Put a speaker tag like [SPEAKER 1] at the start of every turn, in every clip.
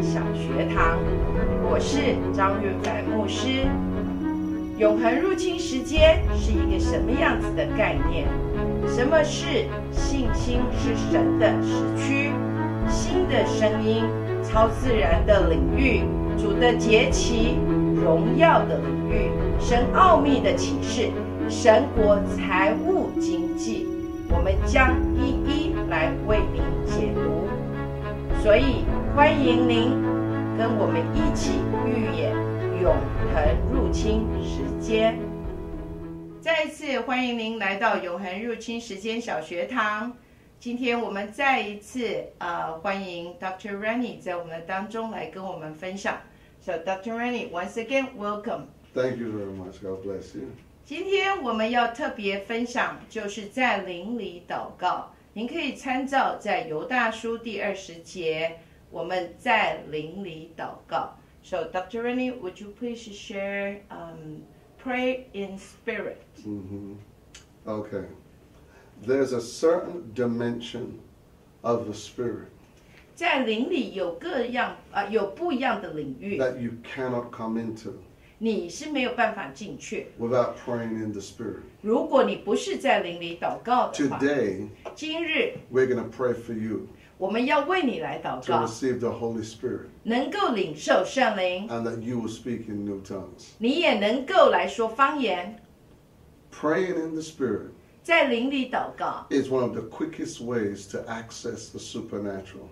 [SPEAKER 1] 学堂，我是张运凯牧师。永恒入侵时间是一个什么样子的概念？什么是信心是神的时区？新的声音，超自然的领域，主的节期，荣耀的领域，神奥秘的启示，神国财务经济，我们将一一来为您解读。所以，欢迎您跟我们一起预演永恒入侵时间。再一次欢迎您来到永恒入侵时间小学堂。今天我们再一次呃欢迎 Dr. Rennie 在我们的当中来跟我们分享。So Dr. Rennie, once again, welcome.
[SPEAKER 2] Thank you very much. God bless you.
[SPEAKER 1] 今天我们要特别分享，就是在灵里祷告。您可以参照在犹大书第二十节，我们在灵里祷告。So Dr. Rennie, would you please share um pray in spirit?
[SPEAKER 2] hmm Okay. There's a certain dimension of the spirit
[SPEAKER 1] 在灵里有各样啊、呃有不一样的领域，
[SPEAKER 2] that you cannot come into
[SPEAKER 1] 你是没有办法进去。
[SPEAKER 2] without praying in the spirit.
[SPEAKER 1] 如果你不是在灵里祷告的话，
[SPEAKER 2] Today,
[SPEAKER 1] 今日
[SPEAKER 2] we're going to pray for you
[SPEAKER 1] 我们要为你来祷
[SPEAKER 2] to
[SPEAKER 1] 告，
[SPEAKER 2] receive the Holy Spirit
[SPEAKER 1] 能够领受圣灵，
[SPEAKER 2] and that you will speak in new tongues.
[SPEAKER 1] 你也能够来说方言。
[SPEAKER 2] Praying in the spirit
[SPEAKER 1] 在灵里祷告
[SPEAKER 2] is one of the quickest ways to access the supernatural.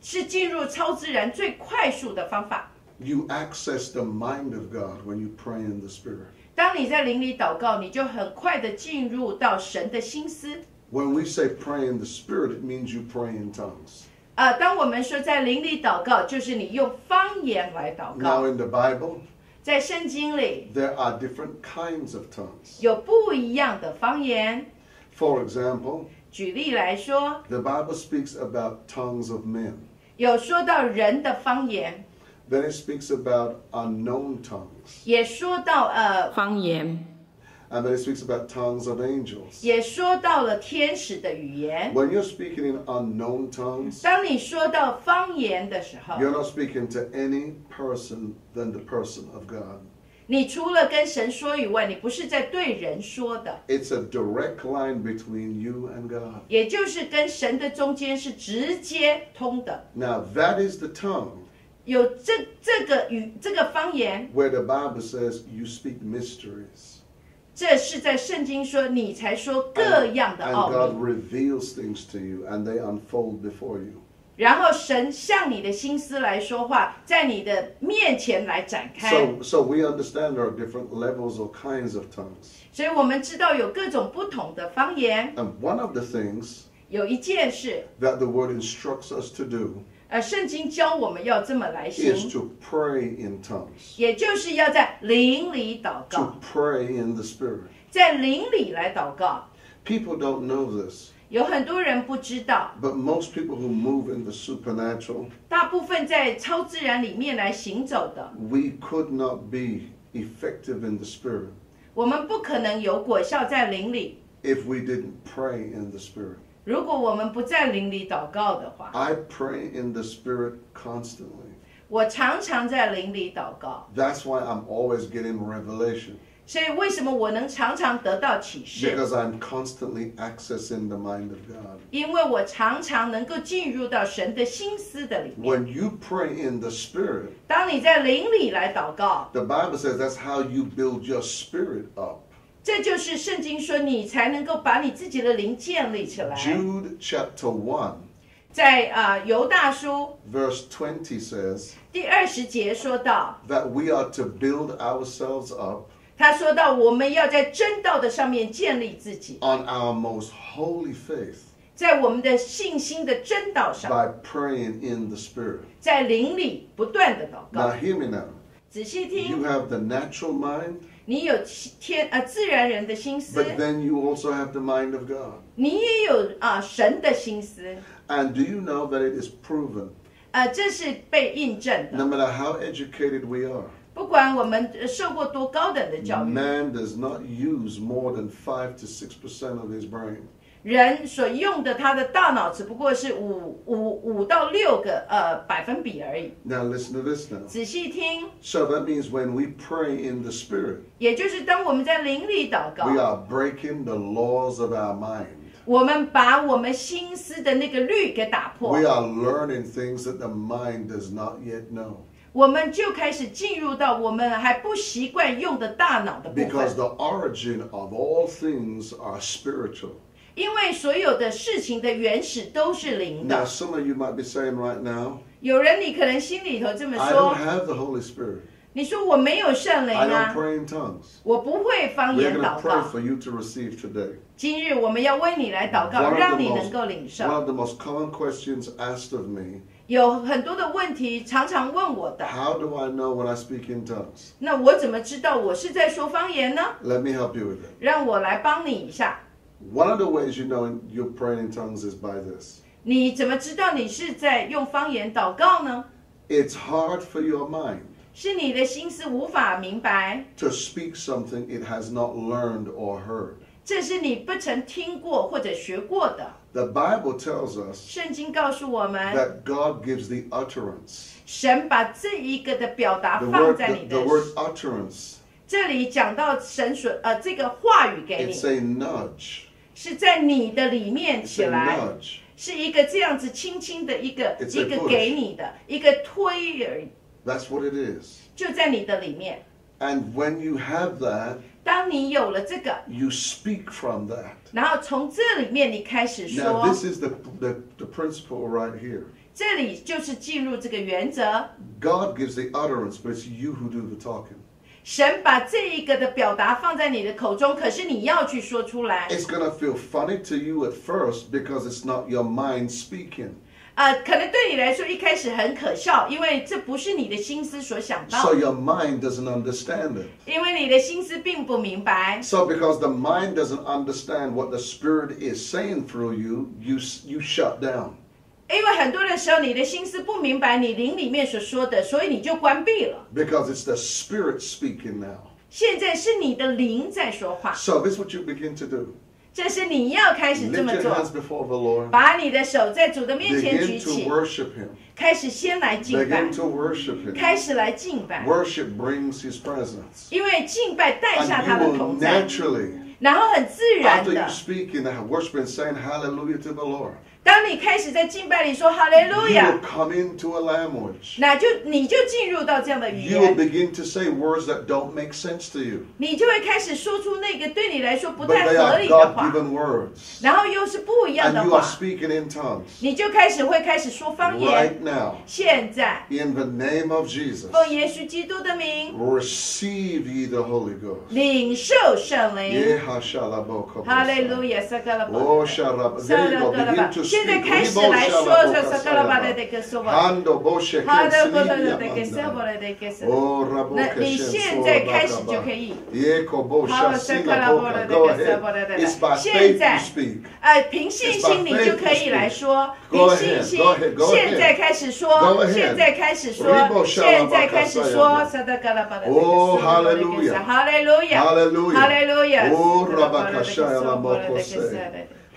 [SPEAKER 1] 是进入超自然最快速的方法。
[SPEAKER 2] You access the mind of God when you pray in the spirit.
[SPEAKER 1] 当你在灵里祷告，你就很快的进入到神的心思。
[SPEAKER 2] When we say pray in the spirit, it means you pray in tongues.
[SPEAKER 1] 呃，当我们说在灵里祷告，就是你用方言来祷
[SPEAKER 2] Now
[SPEAKER 1] 告。
[SPEAKER 2] in the Bible,
[SPEAKER 1] 在圣经里
[SPEAKER 2] there are different kinds of tongues.
[SPEAKER 1] 有不一样的方言。
[SPEAKER 2] For example,
[SPEAKER 1] 举例来说，
[SPEAKER 2] the Bible speaks about tongues of men.
[SPEAKER 1] 有说到人的方言，
[SPEAKER 2] Then it speaks about unknown tongues.
[SPEAKER 1] 也说到呃，
[SPEAKER 3] 方言，
[SPEAKER 2] And then it speaks about tongues of angels.
[SPEAKER 1] 也说到了天使的语言。
[SPEAKER 2] When you're speaking in unknown tongues,
[SPEAKER 1] 当你说到方言的时候，
[SPEAKER 2] you're not speaking to any person than the person of God.
[SPEAKER 1] 你除了跟神说以外，你不是在对人说的，
[SPEAKER 2] It's a direct line between you and God.
[SPEAKER 1] 也就是跟神的中间是直接通的。
[SPEAKER 2] Now, that is the tongue
[SPEAKER 1] 有这这个语这个方言，
[SPEAKER 2] where the Bible says you speak mysteries.
[SPEAKER 1] 这是在圣经说你才说各样的
[SPEAKER 2] And
[SPEAKER 1] 奥
[SPEAKER 2] God
[SPEAKER 1] 秘，
[SPEAKER 2] reveals things to you and they unfold before you.
[SPEAKER 1] 然后神向你的心思来说话，在你的面前来展开。
[SPEAKER 2] So, so we understand there are different levels or kinds of tongues.
[SPEAKER 1] 所以我们知道有各种不同的方言。
[SPEAKER 2] And one of the things
[SPEAKER 1] 有一件事，
[SPEAKER 2] that the word instructs us to do
[SPEAKER 1] 呃，圣经教我们要这么来
[SPEAKER 2] is
[SPEAKER 1] 行，
[SPEAKER 2] to pray in tongues,
[SPEAKER 1] 也就是要在灵里祷
[SPEAKER 2] to
[SPEAKER 1] 告，
[SPEAKER 2] pray in the Spirit.
[SPEAKER 1] 在灵里来祷告。
[SPEAKER 2] People don't know this,
[SPEAKER 1] 有很多人不知道，
[SPEAKER 2] but most people who move in the supernatural,
[SPEAKER 1] 大部分在超自然里面来行走的，
[SPEAKER 2] we could not be effective in the Spirit
[SPEAKER 1] 我们不可能有果效在灵里。
[SPEAKER 2] if we didn't pray in the Spirit.
[SPEAKER 1] 如果我们不在灵里祷告的话，
[SPEAKER 2] I pray in the Spirit constantly.
[SPEAKER 1] 我常常在灵里祷告，
[SPEAKER 2] That's why I'm always getting revelation
[SPEAKER 1] 所以为什么我能常常得到启示？
[SPEAKER 2] because I'm constantly accessing the mind of God.
[SPEAKER 1] 因为我常常能够进入到神的心思的里面。
[SPEAKER 2] When you pray in the spirit,
[SPEAKER 1] 当你在灵里来祷告，
[SPEAKER 2] the Bible says that's how you build your spirit up.
[SPEAKER 1] 这就是圣经说你才能够把你自己的灵建立起来。
[SPEAKER 2] Jude chapter 1,
[SPEAKER 1] 在啊、呃犹大书
[SPEAKER 2] verse 20 says
[SPEAKER 1] 第二十节说到，
[SPEAKER 2] that we are to build ourselves up
[SPEAKER 1] 他说到，我们要在真道的上面建立自己，
[SPEAKER 2] on our most holy faith
[SPEAKER 1] 在我们的信心的真道上，
[SPEAKER 2] by praying in the spirit.
[SPEAKER 1] 在灵里不断的祷告。
[SPEAKER 2] Now hear me now.
[SPEAKER 1] 仔细
[SPEAKER 2] You
[SPEAKER 1] 听，
[SPEAKER 2] have the natural mind,
[SPEAKER 1] 你有天啊、呃、自然人的心思，
[SPEAKER 2] but then you also have the mind of God.
[SPEAKER 1] 你也有啊、呃神的心思，
[SPEAKER 2] And do you know that it is proven
[SPEAKER 1] 呃，这是被印证的
[SPEAKER 2] No。matter how educated we are,
[SPEAKER 1] 不管我们呃受过多高等的教育，
[SPEAKER 2] man does not use more than 5 to 6% of his brain.
[SPEAKER 1] 人所用的他的大脑只不过是五五五到六个呃百分比而已。
[SPEAKER 2] Now listen to this now.
[SPEAKER 1] 仔细听，
[SPEAKER 2] So that means when we pray in the spirit,
[SPEAKER 1] 也就是当我们在灵里祷
[SPEAKER 2] we
[SPEAKER 1] 告，
[SPEAKER 2] are breaking the laws of our mind.
[SPEAKER 1] 我们把我们心思的那个律给打破
[SPEAKER 2] We，are learning things that the mind does not yet know
[SPEAKER 1] 我们就开始进入到我们还不习惯用的大脑的部
[SPEAKER 2] because
[SPEAKER 1] 分。
[SPEAKER 2] the origin of all things are spiritual.
[SPEAKER 1] 因为所有的事情的原始都是灵
[SPEAKER 2] Now
[SPEAKER 1] 的。
[SPEAKER 2] some of you might be saying right now,
[SPEAKER 1] 有人你可能心里头这么
[SPEAKER 2] I
[SPEAKER 1] 说
[SPEAKER 2] don't，have the Holy Spirit.
[SPEAKER 1] 你说我没有圣灵
[SPEAKER 2] I don't
[SPEAKER 1] 啊，
[SPEAKER 2] pray in tongues.
[SPEAKER 1] 我不会方
[SPEAKER 2] We're
[SPEAKER 1] 言
[SPEAKER 2] going to
[SPEAKER 1] 祷
[SPEAKER 2] pray
[SPEAKER 1] 告。
[SPEAKER 2] for you to receive today.
[SPEAKER 1] 今日我们要为你来祷
[SPEAKER 2] One
[SPEAKER 1] 告，
[SPEAKER 2] of the
[SPEAKER 1] 让你
[SPEAKER 2] most-
[SPEAKER 1] 能够领
[SPEAKER 2] One
[SPEAKER 1] 受。
[SPEAKER 2] of the most common questions asked of me
[SPEAKER 1] 有很多的问题常常问我的，
[SPEAKER 2] How do I know when I speak in tongues?
[SPEAKER 1] 那我怎么知道我是在说方言呢？
[SPEAKER 2] Let me help you with that.
[SPEAKER 1] 让我来帮你一下。
[SPEAKER 2] One of the ways you know you're praying in tongues is by this
[SPEAKER 1] 你怎么知道你是在用方言祷告呢？
[SPEAKER 2] it's hard for your mind
[SPEAKER 1] 是你的心思无法明白，
[SPEAKER 2] to speak something it has not learned or heard.
[SPEAKER 1] 这是你不曾听过或者学过的。
[SPEAKER 2] The Bible tells us
[SPEAKER 1] 圣经告诉我们，
[SPEAKER 2] that God gives the utterance.
[SPEAKER 1] 神把这一个的表达
[SPEAKER 2] The
[SPEAKER 1] 放
[SPEAKER 2] word,
[SPEAKER 1] 在你
[SPEAKER 2] the,
[SPEAKER 1] 的
[SPEAKER 2] the word utterance,
[SPEAKER 1] 这里，讲到神所呃这个话语给
[SPEAKER 2] it's
[SPEAKER 1] 你，
[SPEAKER 2] a nudge.
[SPEAKER 1] 是在你的里面
[SPEAKER 2] It's
[SPEAKER 1] 起
[SPEAKER 2] a
[SPEAKER 1] 来。
[SPEAKER 2] nudge.
[SPEAKER 1] 是一个这样子轻轻的一个
[SPEAKER 2] It's a
[SPEAKER 1] 一个
[SPEAKER 2] push.
[SPEAKER 1] 给你的一个推而已，
[SPEAKER 2] That's what it is.
[SPEAKER 1] 就在你的里面。
[SPEAKER 2] And when you have that,
[SPEAKER 1] 当你有了这个，
[SPEAKER 2] you speak from that.
[SPEAKER 1] 然后从这里面你开始说，
[SPEAKER 2] Now, this is the, the, the principle right here.
[SPEAKER 1] 这里就是进入这个原则。
[SPEAKER 2] God gives the utterance, but it's you who do the talking.
[SPEAKER 1] 神把这一个的表达放在你的口中，可是你要去说出来，
[SPEAKER 2] It's going to feel funny to you at first because it's not your mind speaking.
[SPEAKER 1] 呃，可能对你来说一开始很可笑，因为这不是你的心思所想到
[SPEAKER 2] So，your mind doesn't understand it.
[SPEAKER 1] 因为你的心思并不明白，
[SPEAKER 2] So because the mind doesn't understand what the spirit is saying through you, you s- you shut down.
[SPEAKER 1] 因为很多的时候你的心思不明白你灵里面所说的，所以你就关闭了。
[SPEAKER 2] Because it's the spirit speaking now.
[SPEAKER 1] 现在是你的灵在说话，
[SPEAKER 2] So this is what you begin to do.
[SPEAKER 1] 这是你要开始这
[SPEAKER 2] Lift
[SPEAKER 1] 么
[SPEAKER 2] your hands
[SPEAKER 1] 做。
[SPEAKER 2] before the Lord.
[SPEAKER 1] 把你的手在主的面前
[SPEAKER 2] Begin
[SPEAKER 1] 举
[SPEAKER 2] to
[SPEAKER 1] 起，
[SPEAKER 2] worship Him.
[SPEAKER 1] 开始先来敬拜
[SPEAKER 2] Begin，to worship Him.
[SPEAKER 1] 开始来敬拜，
[SPEAKER 2] Worship brings His presence.
[SPEAKER 1] 因为敬拜带
[SPEAKER 2] And
[SPEAKER 1] 下他的
[SPEAKER 2] you will
[SPEAKER 1] 同在，
[SPEAKER 2] naturally
[SPEAKER 1] 然后很自然
[SPEAKER 2] After you
[SPEAKER 1] 的，
[SPEAKER 2] speak in the worship and saying hallelujah to the Lord,
[SPEAKER 1] 当你开始在敬拜里说哈利路
[SPEAKER 2] you will
[SPEAKER 1] 亚，
[SPEAKER 2] come into a language.
[SPEAKER 1] 那就你就进入到这样的语
[SPEAKER 2] You will
[SPEAKER 1] 言，
[SPEAKER 2] begin to say words that don't make sense to you,
[SPEAKER 1] 你就会开始说出那个对你来说不
[SPEAKER 2] but
[SPEAKER 1] 太
[SPEAKER 2] they
[SPEAKER 1] 合
[SPEAKER 2] are
[SPEAKER 1] 理的话，
[SPEAKER 2] God-given words,
[SPEAKER 1] 然后又是不一样
[SPEAKER 2] and
[SPEAKER 1] 的
[SPEAKER 2] you are
[SPEAKER 1] 话，
[SPEAKER 2] speaking in tongues
[SPEAKER 1] 你就开始会开始说方言。
[SPEAKER 2] right now.
[SPEAKER 1] 现在，
[SPEAKER 2] In the name of Jesus,
[SPEAKER 1] 奉耶稣基督的名。
[SPEAKER 2] receive ye the Holy Ghost.
[SPEAKER 1] 领受圣灵。哈利路
[SPEAKER 2] Hallelujah.
[SPEAKER 1] 亚，撒嘎拉巴。
[SPEAKER 2] Oh, sharab. There you go.
[SPEAKER 1] 拉
[SPEAKER 2] Begin to
[SPEAKER 1] 现
[SPEAKER 2] speak.
[SPEAKER 1] 在开始
[SPEAKER 2] Ribo
[SPEAKER 1] 来说
[SPEAKER 2] shalabo
[SPEAKER 1] 这撒嘎拉巴勒
[SPEAKER 2] kasayaba.
[SPEAKER 1] 的格索瓦。
[SPEAKER 2] Hando bo sheken
[SPEAKER 1] 哈利路亚
[SPEAKER 2] siniya
[SPEAKER 1] 的格索
[SPEAKER 2] mandaba.
[SPEAKER 1] 瓦勒的格索。
[SPEAKER 2] Oh, Rabo
[SPEAKER 1] 那你
[SPEAKER 2] Keshem
[SPEAKER 1] 现
[SPEAKER 2] Sora
[SPEAKER 1] 在开始
[SPEAKER 2] Bakaba.
[SPEAKER 1] 就可以。
[SPEAKER 2] Yeko Bo
[SPEAKER 1] 好，
[SPEAKER 2] Shasila
[SPEAKER 1] 撒嘎拉巴
[SPEAKER 2] Boka.
[SPEAKER 1] 勒的
[SPEAKER 2] Go
[SPEAKER 1] 格索瓦勒
[SPEAKER 2] ahead.
[SPEAKER 1] 的
[SPEAKER 2] It's by
[SPEAKER 1] 格。现
[SPEAKER 2] faith you
[SPEAKER 1] 在。
[SPEAKER 2] speak.
[SPEAKER 1] 呃，凭信心你就可以来说，凭信心，现在开始说，现在开始说，现在开始说，撒德嘎拉巴的哈利路亚，哈利路亚，
[SPEAKER 2] Oh,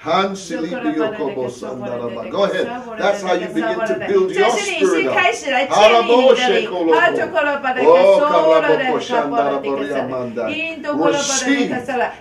[SPEAKER 2] Han Silibi Yoko Bo Sandaraba. Go ahead. That's how you begin to build
[SPEAKER 1] 这
[SPEAKER 2] your
[SPEAKER 1] 是你先
[SPEAKER 2] spirit
[SPEAKER 1] 开
[SPEAKER 2] up.
[SPEAKER 1] 始来建立你的灵，哈就克拉巴的
[SPEAKER 2] Oh,
[SPEAKER 1] 克索拉的卡巴的克萨，印度克拉巴的克萨了，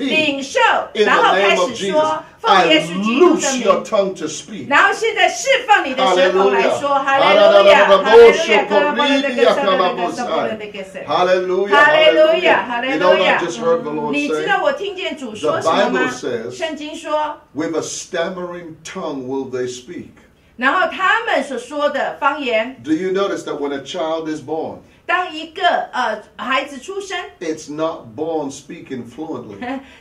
[SPEAKER 1] 领受，
[SPEAKER 2] In
[SPEAKER 1] 然后
[SPEAKER 2] the
[SPEAKER 1] 开
[SPEAKER 2] name
[SPEAKER 1] 始
[SPEAKER 2] of Jesus,
[SPEAKER 1] 说，奉耶
[SPEAKER 2] I
[SPEAKER 1] 稣基督的
[SPEAKER 2] loose
[SPEAKER 1] 名
[SPEAKER 2] your。tongue to speak.
[SPEAKER 1] 然后现在释放你的舌头来说，哈利路亚，哈利路亚，卡拉巴勒的格萨勒的格萨巴勒的格萨。
[SPEAKER 2] Hallelujah.
[SPEAKER 1] Hallelujah,
[SPEAKER 2] You know what I
[SPEAKER 1] hallelujah.
[SPEAKER 2] just heard the Lord
[SPEAKER 1] 你知
[SPEAKER 2] say?
[SPEAKER 1] 道我听见主说什么
[SPEAKER 2] The
[SPEAKER 1] 吗
[SPEAKER 2] Bible says-？
[SPEAKER 1] 圣经说，
[SPEAKER 2] With a stammering tongue will they speak.
[SPEAKER 1] 然后他们所说的方言，
[SPEAKER 2] Do you notice that when a child is born,
[SPEAKER 1] 当一个呃孩子出生，
[SPEAKER 2] it's not born speaking fluently.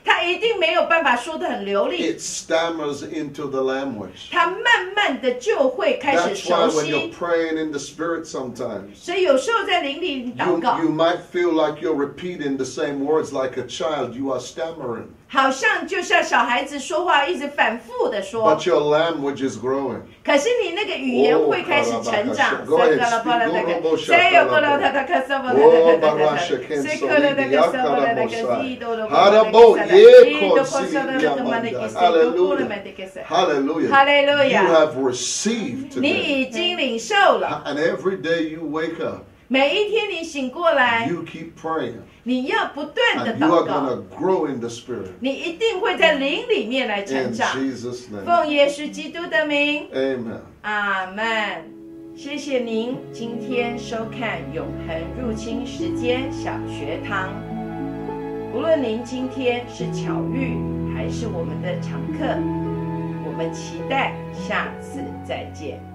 [SPEAKER 1] 他一定没有办法说的很流利，
[SPEAKER 2] It stammers into the language.
[SPEAKER 1] 他慢慢的就会开始
[SPEAKER 2] That's
[SPEAKER 1] 熟
[SPEAKER 2] why when you're
[SPEAKER 1] 悉。
[SPEAKER 2] praying in the spirit sometimes,
[SPEAKER 1] 所以有时候在灵里祷
[SPEAKER 2] you,
[SPEAKER 1] 告，
[SPEAKER 2] you might feel like you're repeating the same words like a child. You are stammering.
[SPEAKER 1] 好像就像小孩子说话一直反复的说
[SPEAKER 2] But，your language is growing.
[SPEAKER 1] 可是你那个语言
[SPEAKER 2] 哦
[SPEAKER 1] 会开始成长。
[SPEAKER 2] 卡拉巴
[SPEAKER 1] 塞卡
[SPEAKER 2] 卡
[SPEAKER 1] 拉巴拉那
[SPEAKER 2] 各位
[SPEAKER 1] 个，
[SPEAKER 2] speak
[SPEAKER 1] 塞有格拉塔塔卡塞巴拉
[SPEAKER 2] 哦
[SPEAKER 1] 塔塔
[SPEAKER 2] 巴
[SPEAKER 1] 塔
[SPEAKER 2] 拉什肯
[SPEAKER 1] 塔，塞
[SPEAKER 2] 索
[SPEAKER 1] 克拉
[SPEAKER 2] 利
[SPEAKER 1] 那
[SPEAKER 2] 比亚
[SPEAKER 1] 个塞巴拉那
[SPEAKER 2] 卡拉
[SPEAKER 1] 个，
[SPEAKER 2] 摩
[SPEAKER 1] 西多罗
[SPEAKER 2] 哈
[SPEAKER 1] 巴
[SPEAKER 2] 拉
[SPEAKER 1] 拉
[SPEAKER 2] 波
[SPEAKER 1] 那个塞拉，
[SPEAKER 2] 耶
[SPEAKER 1] 西
[SPEAKER 2] 科
[SPEAKER 1] 多波
[SPEAKER 2] 西
[SPEAKER 1] 塞拉
[SPEAKER 2] 亚
[SPEAKER 1] 那个
[SPEAKER 2] 曼
[SPEAKER 1] 马那
[SPEAKER 2] 达
[SPEAKER 1] 个塞，多波勒
[SPEAKER 2] Hallelujah.
[SPEAKER 1] 马那个塞。
[SPEAKER 2] Hallelujah.
[SPEAKER 1] Hallelujah.
[SPEAKER 2] You have received
[SPEAKER 1] 你
[SPEAKER 2] today.
[SPEAKER 1] 已经领受了，
[SPEAKER 2] And every day you wake up,
[SPEAKER 1] 每一天你醒过来，
[SPEAKER 2] you keep praying.
[SPEAKER 1] 你要不断的
[SPEAKER 2] And you are
[SPEAKER 1] 祷告，
[SPEAKER 2] going to grow in the Spirit.
[SPEAKER 1] 你一定会在灵里面来成
[SPEAKER 2] In
[SPEAKER 1] 长。
[SPEAKER 2] Jesus' name.
[SPEAKER 1] 奉耶稣基督的名，
[SPEAKER 2] Amen.
[SPEAKER 1] 阿门。谢谢您今天收看《永恒入侵时间小学堂》。无论您今天是巧遇还是我们的常客，我们期待下次再见。